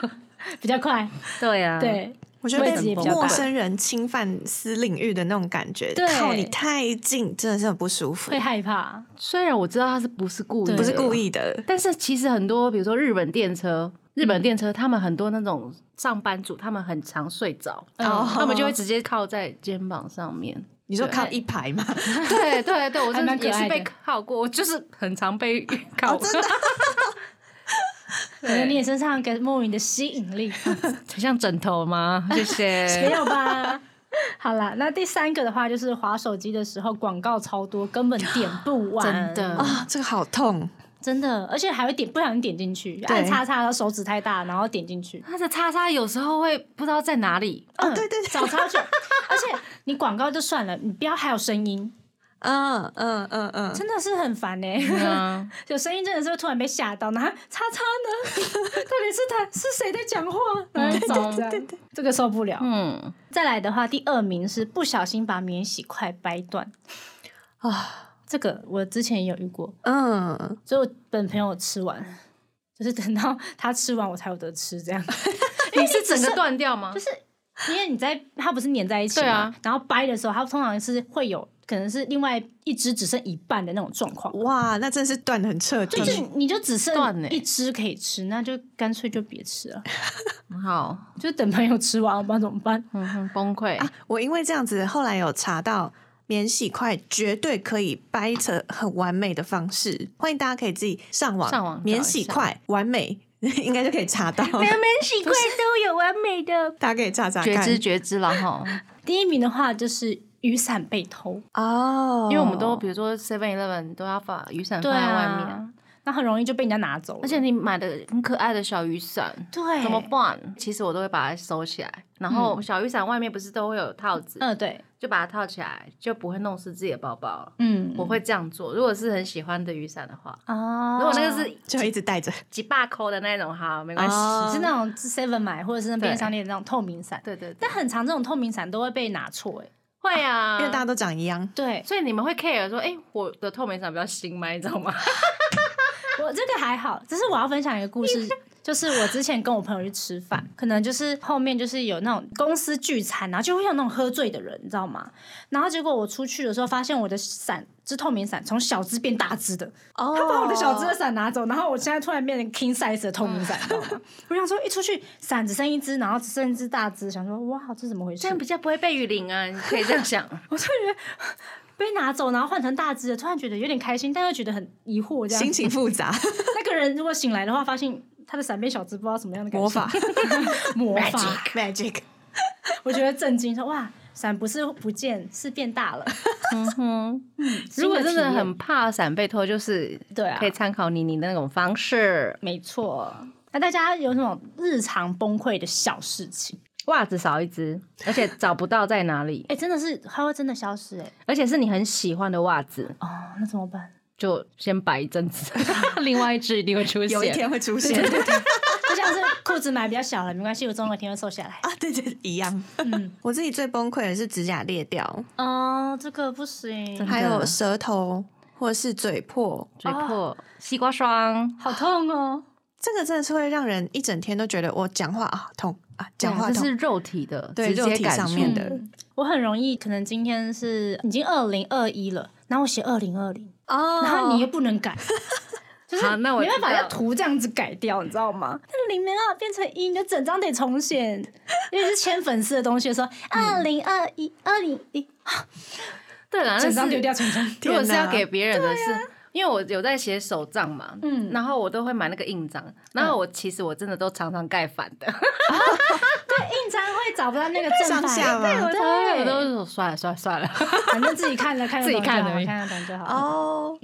S2: 比较快，
S1: 对啊，，
S2: 对，
S3: 我觉得
S2: 位置
S3: 被
S2: 也比较
S3: 陌
S2: 大
S3: 生人侵犯私领域的那种感觉，
S2: 对
S3: 靠你太近，真的是很不舒服
S2: 会，害怕，
S1: 虽然我知道他是不是故意，
S2: 对
S3: 不是故，意的，
S1: 但是其实很多，比如说日本电车。日本电车，他们很多那种上班族，他们很常睡着，
S3: 哦
S1: 他们就会直接靠在肩膀上面。
S3: 你说靠
S2: 对
S3: 一排吗？
S1: 对对对，我
S2: 还
S1: 真的
S2: 蛮可
S1: 也是
S2: 爱
S1: 被
S2: 的
S1: 靠过，我就是很常被靠。
S3: 哦 真的
S2: 可能你也身上有个莫名的吸引力，
S1: 很像枕头吗？谢
S2: 没
S1: 谢。
S2: 有吧？ 好啦，那第三个的话就是划手机的时候广告超多，根本点不完，
S1: 真
S2: 哦
S1: 的
S3: 啊、这个好痛，
S2: 真的，而且还会点不小心点进去，按叉叉，然后手指太大，然后点进去，
S1: 它的叉叉有时候会不知道在哪里，
S3: 哦，对对对，
S2: 找超久。而且你广告就算了，你不要还有声音，
S3: 嗯嗯嗯嗯，
S2: 真的是很烦哎、
S1: 嗯，
S2: 有声音真的是会突然被吓到，然后叉叉呢？ 到底是他是谁在讲话？然后找这样，这个受不了。
S1: 嗯
S2: 再来的话，第二名是不小心把免洗块掰断啊，这个我之前也有遇过，
S3: 嗯，
S2: 所以我本朋友吃完，就是等到他吃完我才有得吃，这样。哎你
S1: 是整个断掉吗
S2: 就？是因为你在它不是粘在一起嘛，
S1: 对啊
S2: 然后掰的时候，它通常是会有可能是另外一只只剩一半的那种状况。
S3: 哇，那真是断的很彻底
S2: 就，是你就只
S1: 断欸
S2: 剩一只可以吃，那就干脆就别吃了，
S1: 好，
S2: 就等朋友吃完，我不知道怎么办。
S1: 嗯哼，崩溃，
S3: 啊！我因为这样子，后来有查到免洗筷绝对可以掰扯很完美的方式，欢迎大家可以自己上网
S1: 上网找一下
S3: 免洗筷完美， 应该就可以 查到，
S5: 连免洗筷都有完美的
S3: 大家可以查查
S1: 觉
S3: 看
S1: 知觉知了哈，
S2: 第一名的话就是雨伞被偷，
S3: 哦，
S1: 因为我们都比如说 Seven Eleven 都要把雨伞放在外面，，
S2: 那很容易就被人家拿走了，
S1: 而且你买的很可爱的小雨伞。
S2: 对
S1: 怎么？办？其实我都会把它收起来，然后小雨伞外面不是都会有套子，
S2: 嗯，对，
S1: 就把它套起来，就不会弄湿自己的包包了。
S2: 嗯，
S1: 我会这样做，如果是很喜欢的雨伞的话，
S2: 哦，
S1: 如果那个是
S3: 就一直带着，
S1: 几把扣的那种，好，没关系。
S3: 哦
S2: 是那种 Seven 买或者是那便利商店的那种透明伞，
S1: 对对对，
S2: 但很常这种透明伞都会被拿错，哎，
S1: 会啊，
S3: 因为大家都长一样，
S2: 对，
S1: 所以你们会 care 说，哎、我的透明伞比较新买，你知道吗？
S2: 我这个还好，只是我要分享一个故事，就是我之前跟我朋友去吃饭，可能就是后面就是有那种公司聚餐，然后就会有那种喝醉的人，你知道吗？然后结果我出去的时候，发现我的伞是透明伞，从小只变大只的，
S3: 哦，
S2: 他把我的小只的伞拿走，然后我现在突然变成 king size 的透明伞，你知道吗？我想说一出去伞只剩一只，然后只剩一只大只，想说哇这怎么回事？
S1: 这样比较不会被雨淋啊，你可以这样想。
S2: 我突然觉得被拿走，然后换成大只的，突然觉得有点开心，但又觉得很疑惑，这样
S3: 心情复杂，
S2: 那个人如果醒来的话，发现他的闪变小只不知道什么样的感
S3: 魔
S2: 受
S3: 法
S2: 魔法，
S3: magic，
S2: 我觉得震惊说哇，伞不是不见，是变大了。 嗯
S1: 如果真的
S2: 新的体
S1: 很怕伞被偷，就是
S2: 对啊
S1: 可以参考妮妮的那种方式，
S2: 没错，那大家有那种日常崩溃的小事情，
S1: 袜子少一只，而且找不到在哪里，
S2: 哎、真的是它会真的消失哎、
S1: 而且是你很喜欢的袜子，
S2: 哦，那怎么办？
S1: 就先摆一阵 子，另外一只一定会出现。
S3: 有一天会 出现 啊
S2: 就像是裤子买比较小了，没关系，我总有一天会瘦下来。嗯
S3: 啊，对对，一样。我自己最崩溃的是指甲裂掉，
S2: 哦，这个不行，
S3: 还有舌头或是嘴破，
S1: 嘴破、西瓜霜，
S2: 好痛哦。
S3: 这个真的是会让人一整天都觉得我讲话啊痛啊，讲话
S1: 这是
S3: 痛。
S1: 肉体的，
S3: 对
S1: 直接
S3: 肉体
S1: 感嗯
S3: 上
S1: 受
S3: 面的
S2: 嗯我很容易，可能今天是已经二零二一了，然后我写二零二零，
S3: 哦
S2: 然后你又不能 改，就是
S1: 好那我
S2: 没办法
S1: 知道
S2: 要图这样子改掉，你知道吗？那零零二变成一，你就整张得重写，因为是签粉丝的东西的时候，二零二一、二零一，
S1: 对啦，
S2: 整
S1: 但
S2: 张
S1: 是
S2: 丢掉，整张。
S1: 如果是
S3: 天哪
S1: 要给别人的是，因为我有在写手账嘛，啊嗯，然后我都会买那个印章，然后我其实我真的都常常盖反的，
S2: 印章会找不到那个正
S3: 上
S2: 反，
S3: 下
S2: 对
S3: 嘛
S2: 我
S1: 我
S2: 对，
S1: 都是说算了算了算了，
S2: 反正自己看了看得懂
S1: 自己看
S2: 就好
S1: 而已
S2: 看得懂就好。
S3: 哦，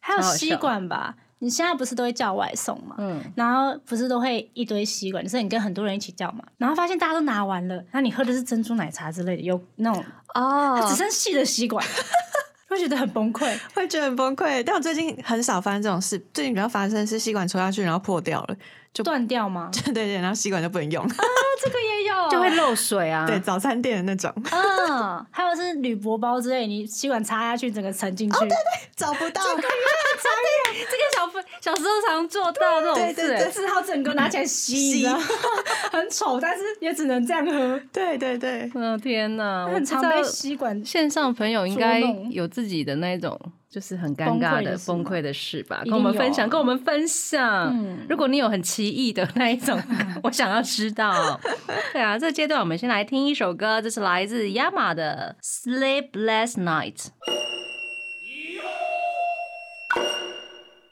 S2: 还有
S1: 超好
S2: 吸
S1: 笑
S2: 管吧。你现在不是都会叫外送嘛？
S1: 嗯
S2: 然后不是都会一堆吸管，就是你跟很多人一起叫嘛，然后发现大家都拿完了，那你喝的是珍珠奶茶之类的，有那种它只
S3: 哦，
S2: 剩细的吸管， 会觉得很崩溃。
S3: 会觉得很崩溃。但我最近很少发生这种事，最近比较发生的是吸管戳下去然后破掉了，
S2: 断掉吗？
S3: 对对对，然后吸管就不能用。
S2: 这个也有，
S1: 就会漏水啊，
S3: 对，早餐店的那种
S2: 嗯， 还有是铝箔包之类，你吸管插下去，整个沉进去。
S3: 找不到，
S1: 这个小朋小时候常做到这种
S3: 对对
S1: 事，
S3: 对
S1: 欸
S2: 只好整个拿起来吸，
S3: 吸
S2: 你知道吗 很丑，但是也只能这样喝。
S3: 对对对，
S1: 我的嗯天哪，我
S2: 很
S1: 不
S2: 常
S1: 知道
S2: 被吸管
S1: 线上朋友应该
S2: 捉弄
S1: 有自己的那种，就是很尴
S2: 崩
S1: 尬
S2: 溃的
S1: 的
S2: 事吗
S1: 崩溃的事吧，
S2: 定
S1: 跟我们
S2: 有
S1: 分
S2: 啊嗯
S1: 享，跟我们分享。如果你有很奇异的那一 种，我想要知道。对啊，这阶段我们先来听一首歌，这是来自 Yama 的《Sleepless Night》。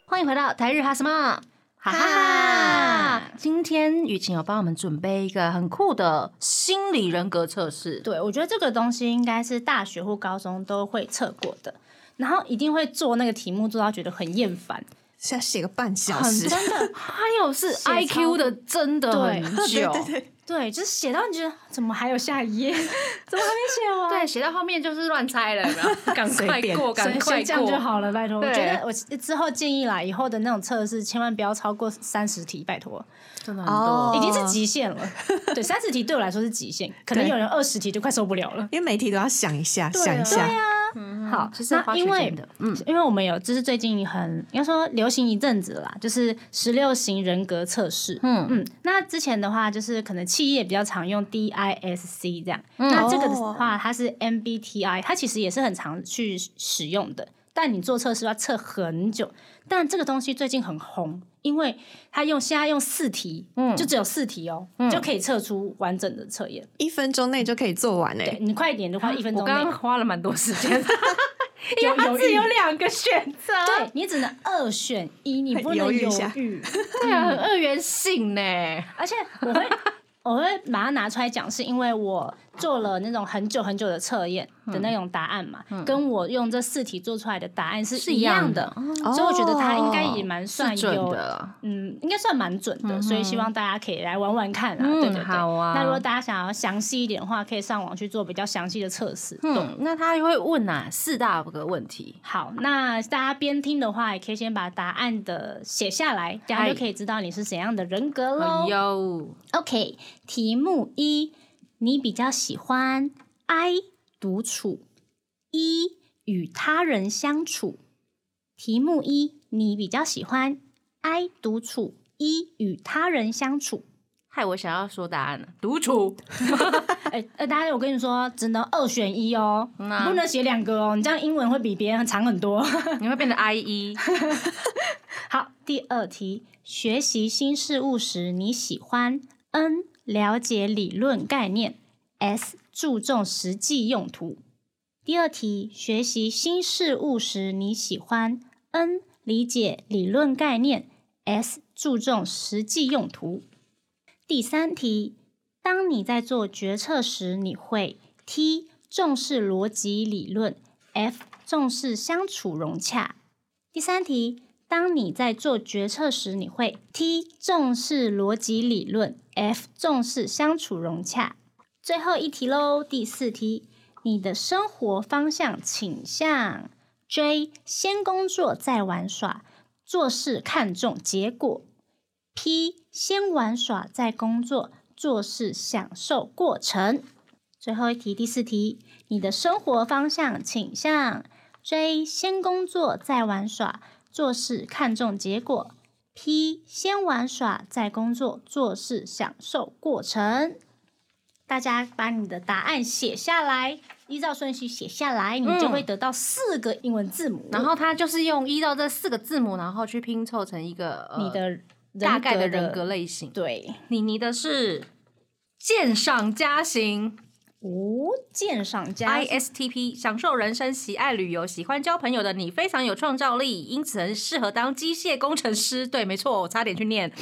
S1: 欢迎回到台日哈什么？
S6: 哈哈！今天雨晴有帮我们准备一个很酷的心理人格测试，
S2: 对，我觉得这个东西应该是大学或高中都会测过的，然后一定会做那个题目做到觉得很厌烦，
S3: 现在写个半
S1: 嗯
S3: 小
S2: 很
S3: 时，
S2: 真的，
S1: 还有是
S2: 写超
S1: IQ 的，真的很 久。
S2: 对，就是写到你觉得怎么还有下一页， 怎么还没写完？
S1: 对，写到后面就是乱猜了，有没有 赶
S3: 随
S1: 快
S3: 便
S1: 过，赶
S2: 所以
S1: 快
S2: 先这样就
S1: 过。
S2: 好了，拜托。我
S1: 对
S2: 觉得我之后建议啦，以后的那种测试千万不要超过三十题，拜托，
S1: 真的很
S3: 哦，
S2: 已经是极限了。对，三十题对我来说是极限，可能
S3: 对
S2: 有人二十题就快受不了了。
S3: 因为每题都要想一下，
S2: 对啊
S3: 想一下，
S2: 好
S1: 其，实花
S2: 那
S1: 时
S2: 因为
S1: 间的，嗯，
S2: 因为我们有，就是最近很应该说流行一阵子了啦，就是十六型人格测试。
S6: 嗯
S2: 嗯嗯，那之前的话，就是可能企业比较常用 DISC 这样。
S1: 嗯
S2: 那这个
S3: 哦
S2: 的话，它是 MBTI，它其实也是很常去使用的，但你做测试要测很久。但这个东西最近很红，因为它用现在用四题，
S1: 嗯
S2: 就只有四题哦，就可以测出完整的测验。
S3: 一分钟内就可以做完欸
S2: 对
S3: 诶。
S2: 你快一点的话，一分
S1: 哎啊嗯我
S2: 钟内
S1: 刚刚花了蛮多时间，
S2: 有
S1: 它
S2: 有
S1: 只有
S2: 豫
S1: 两个选择，
S2: 对你只能二选一，你不能
S3: 犹
S2: 犹
S3: 豫一下
S2: 豫。
S1: 对啊，很二元性呢。
S2: 而且我会我会把它拿出来讲，是因为我做了那种很久很久的测验的那种答案嘛，跟我用这四题做出来的答案是一样的，所以我觉得它应该也蛮算
S1: 是准
S2: 有。
S1: 的，
S2: 嗯，应该算蛮准的，所以希望大家可以来玩玩看啊，
S6: 嗯
S2: 对对对。
S6: 好啊
S2: 那如果大家想要详细一点的话，可以上网去做比较详细的测试。
S6: 嗯，
S1: 那他会问哪四大个问题？
S2: 好，那大家边听的话，也可以先把答案的写下来，这样
S1: 嗨
S2: 就可以知道你是怎样的人格喽。
S1: 哎呦，
S2: OK，题目一，你比较喜欢 I 独处，一与他人相处。题目一，你比较喜欢 I 独处，一与他人相处。
S1: 害我想要说答案了，独处。
S2: 哎、呃，大家我跟你说，只能二选一哦，
S1: 嗯啊
S2: 不能写两个哦，你这样英文会比别人长很多。
S1: 你会变成 I E，
S2: 好，第二题，学习新事物时，你喜欢 N 了解理论概念，S 注重实际用途。第二题，学习新事物时，你喜欢 N 理解理论概念，S 注重实际用途。第三题，当你在做决策时，你会 T 重视逻辑理论，F 重视相处融洽。第三题，当你在做决策时，你会 T 重视逻辑理论，F 重视相处融洽。最后一题喽，第四题，你的生活方向倾向 J 先工作再玩耍，做事看重结果；P 先玩耍再工作，做事享受过程。最后一题，第四题，你的生活方向倾向 J 先工作再玩耍，做事看重结果；P 先玩耍再工作，做事享受过程。大家把你的答案写下来，依照顺序写下来，你就会得到四个英文字母，
S1: 然后他就是用一到这四个字母，然后去拼凑成一个、呃
S2: 你的人格
S1: 大概的人格类型。
S2: 对
S1: 你你的是鉴赏家型
S2: 无鉴赏家
S1: 哎，ISTP，享受人生，喜爱旅游，喜欢交朋友的你，非常有创造力，因此很适合当机械工程师。对，没错，我差点去 念，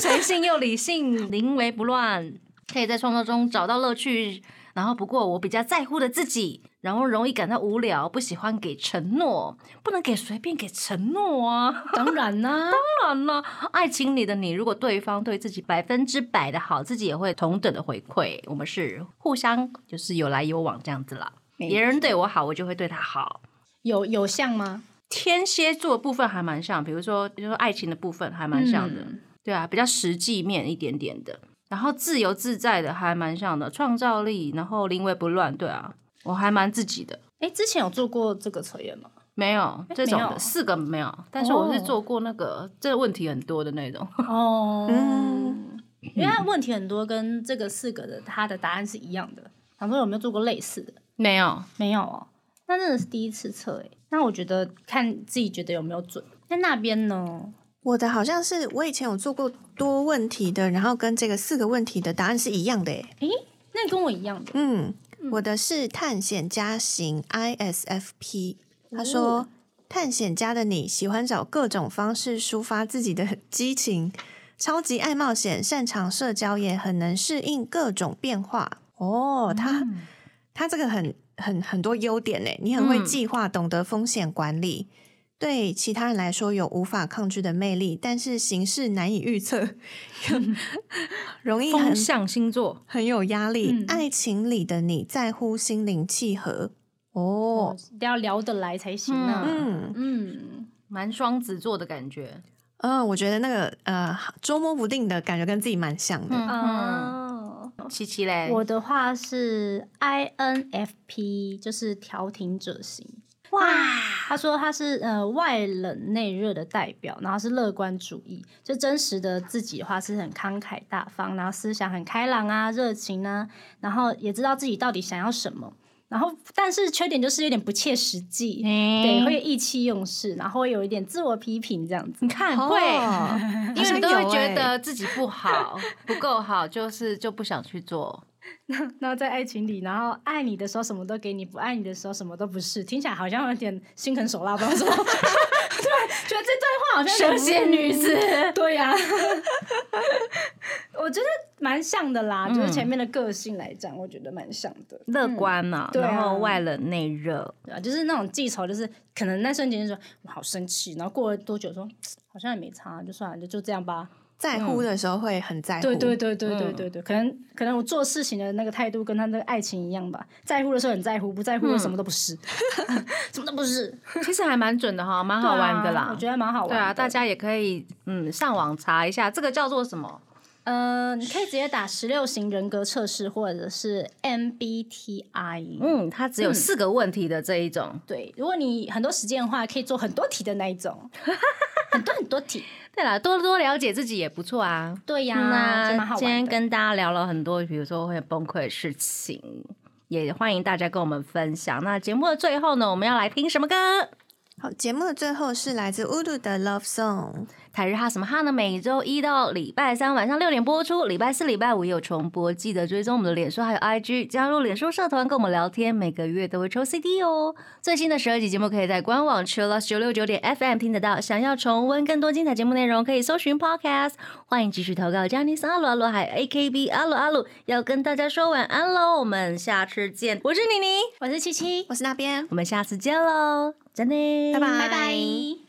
S1: 随性又理性，临危不乱，可以在创作中找到乐趣。然后，不过我比较在乎的自己，然后容易感到无聊，不喜欢给承诺，不能给随便给承诺啊。
S2: 当然啦、
S1: 当然了，爱情里的你，如果对方对自己百分之百的好，自己也会同等的回馈。我们是互相就是有来有往这样子啦。
S2: 没
S1: 别人对我好，我就会对他好。
S2: 有有像吗？
S1: 天蝎座部分还蛮像，比如说，比如说爱情的部分还蛮像的，
S2: 嗯
S1: 对啊，比较实际面一点点的。然后自由自在的还蛮像的，创造力，然后临危不乱，对啊，我还蛮自己的。
S2: 哎，之前有做过这个测验 吗？
S1: 没有这种
S2: 没
S1: 的
S2: 有
S1: 四个没有，但是我是
S2: 哦
S1: 做过那个、这个问题很多的那种。
S2: 哦，
S3: 嗯
S2: 因为它问题很多，跟这个四个的它的答案是一样的。想说有没有做过类似的？
S1: 没有，
S2: 没有哦，那真的是第一次测诶。那我觉得看自己觉得有没有准。那那边呢？
S3: 我的好像是我以前有做过多问题的，然后跟这个四个问题的答案是一样的欸诶。
S2: 那跟我一样的，
S3: 嗯，我的是探险家型 ISFP，他说。探险家的你喜欢找各种方式抒发自己的激情，超级爱冒险，擅长社交，也很能适应各种变化。哦，他、他这个很很很多优点呢，你很会
S7: 嗯
S3: 计划，懂得风险管理。对其他人来说有无法抗拒的魅力，但是形势难以预测， 容易很
S7: 风象星座，
S3: 很有压力。
S2: 嗯
S3: 爱情里的你在乎心灵契合
S2: 哦
S3: 哦，，
S2: 一定要聊得来才行啊。
S3: 嗯
S2: 嗯，
S7: 蛮双子座的感觉。
S3: 嗯、呃我觉得那个呃捉摸不定的感觉跟自己蛮像的。
S7: 嗯嗯，
S2: 哦，
S7: 琪琪嘞，
S2: 我的话是 INFP，就是调停者型。哇，他说他是呃外冷内热的代表，然后是乐观主义，就真实的自己的话是很慷慨大方，然后思想很开朗啊，热情啊，然后也知道自己到底想要什么，然后但是缺点就是有点不切实际，
S1: 嗯
S2: 对，
S7: 对
S2: 会意气用事，然后会有一点自我批评这样子。
S7: 你看
S3: 哦
S7: 会，
S3: 好
S7: 因为
S3: 像
S7: 你都会
S3: 有
S7: 觉
S3: 欸
S7: 得自己不好， 不够好，就是就不想去做。
S2: 然后在爱情里，然后爱你的时候什么都给你，不爱你的时候什么都不是，听起来好像有点心狠手辣，不知 道什么。对，觉得这段话好像
S7: 蛇
S2: 有
S7: 蝎女子，
S2: 对呀、我觉得蛮像的
S7: 嗯
S2: 啦，就是前面的个性来讲，我觉得蛮像的。
S1: 乐观呐、
S2: 对啊
S1: 然后外冷内热，
S2: 对啊，就是那种记仇，就是可能那瞬间就说我好生气，然后过了多久说嘖好像也没差，就算了，就就这样吧。
S3: 在乎的时候会很在乎，
S2: 对对对对对对
S7: 嗯
S2: 对，可能可能我做事情的那个态度跟他的爱情一样吧，在乎的时候很在乎，不在乎的什
S7: 嗯
S2: 么都不是， 什么都不是，
S7: 其实还蛮准的哈，蛮好玩的
S2: 对
S7: 啦。
S2: 啊我觉得蛮好玩的。
S7: 对啊，大家也可以嗯上网查一下，这个叫做什么？
S2: 呃，你可以直接打十六型人格测试或者是 MBTI。
S7: 嗯，它只有四个问题的这一种。
S2: 对，如果你很多时间的话，可以做很多题的那 一种，很多很多题。
S7: 对啦，多多了解自己也不错啊。
S2: 对呀、这
S1: 那
S2: 蛮好玩的。
S1: 今天跟大家聊了很多，比如说会崩溃的事情，也欢迎大家跟我们分享。那节目的最后呢，我们要来听什么歌？
S3: 好，节目的最后是来自 Udo 的 Love Song。
S1: 台日哈什么哈呢？每周一到礼拜三晚上六点播出，礼拜四、礼拜五也有重播。记得追踪我们的脸书还有 IG，加入脸书社团跟我们聊天，每个月都会抽 CD 哦。最新的十二集节目可以在官网 Chillus 九六九点 FM 听得到。想要重温更多精彩节目内容，可以搜寻 Podcast。欢迎继续投稿 j a n i c e 阿鲁阿鲁还有 AKB 阿鲁阿鲁，要跟大家说晚安喽，我们下次见。我是妮妮，
S2: 我是七七，嗯
S3: 我是那边，
S1: 我们下次见喽，真的，
S3: 拜拜
S2: 拜拜。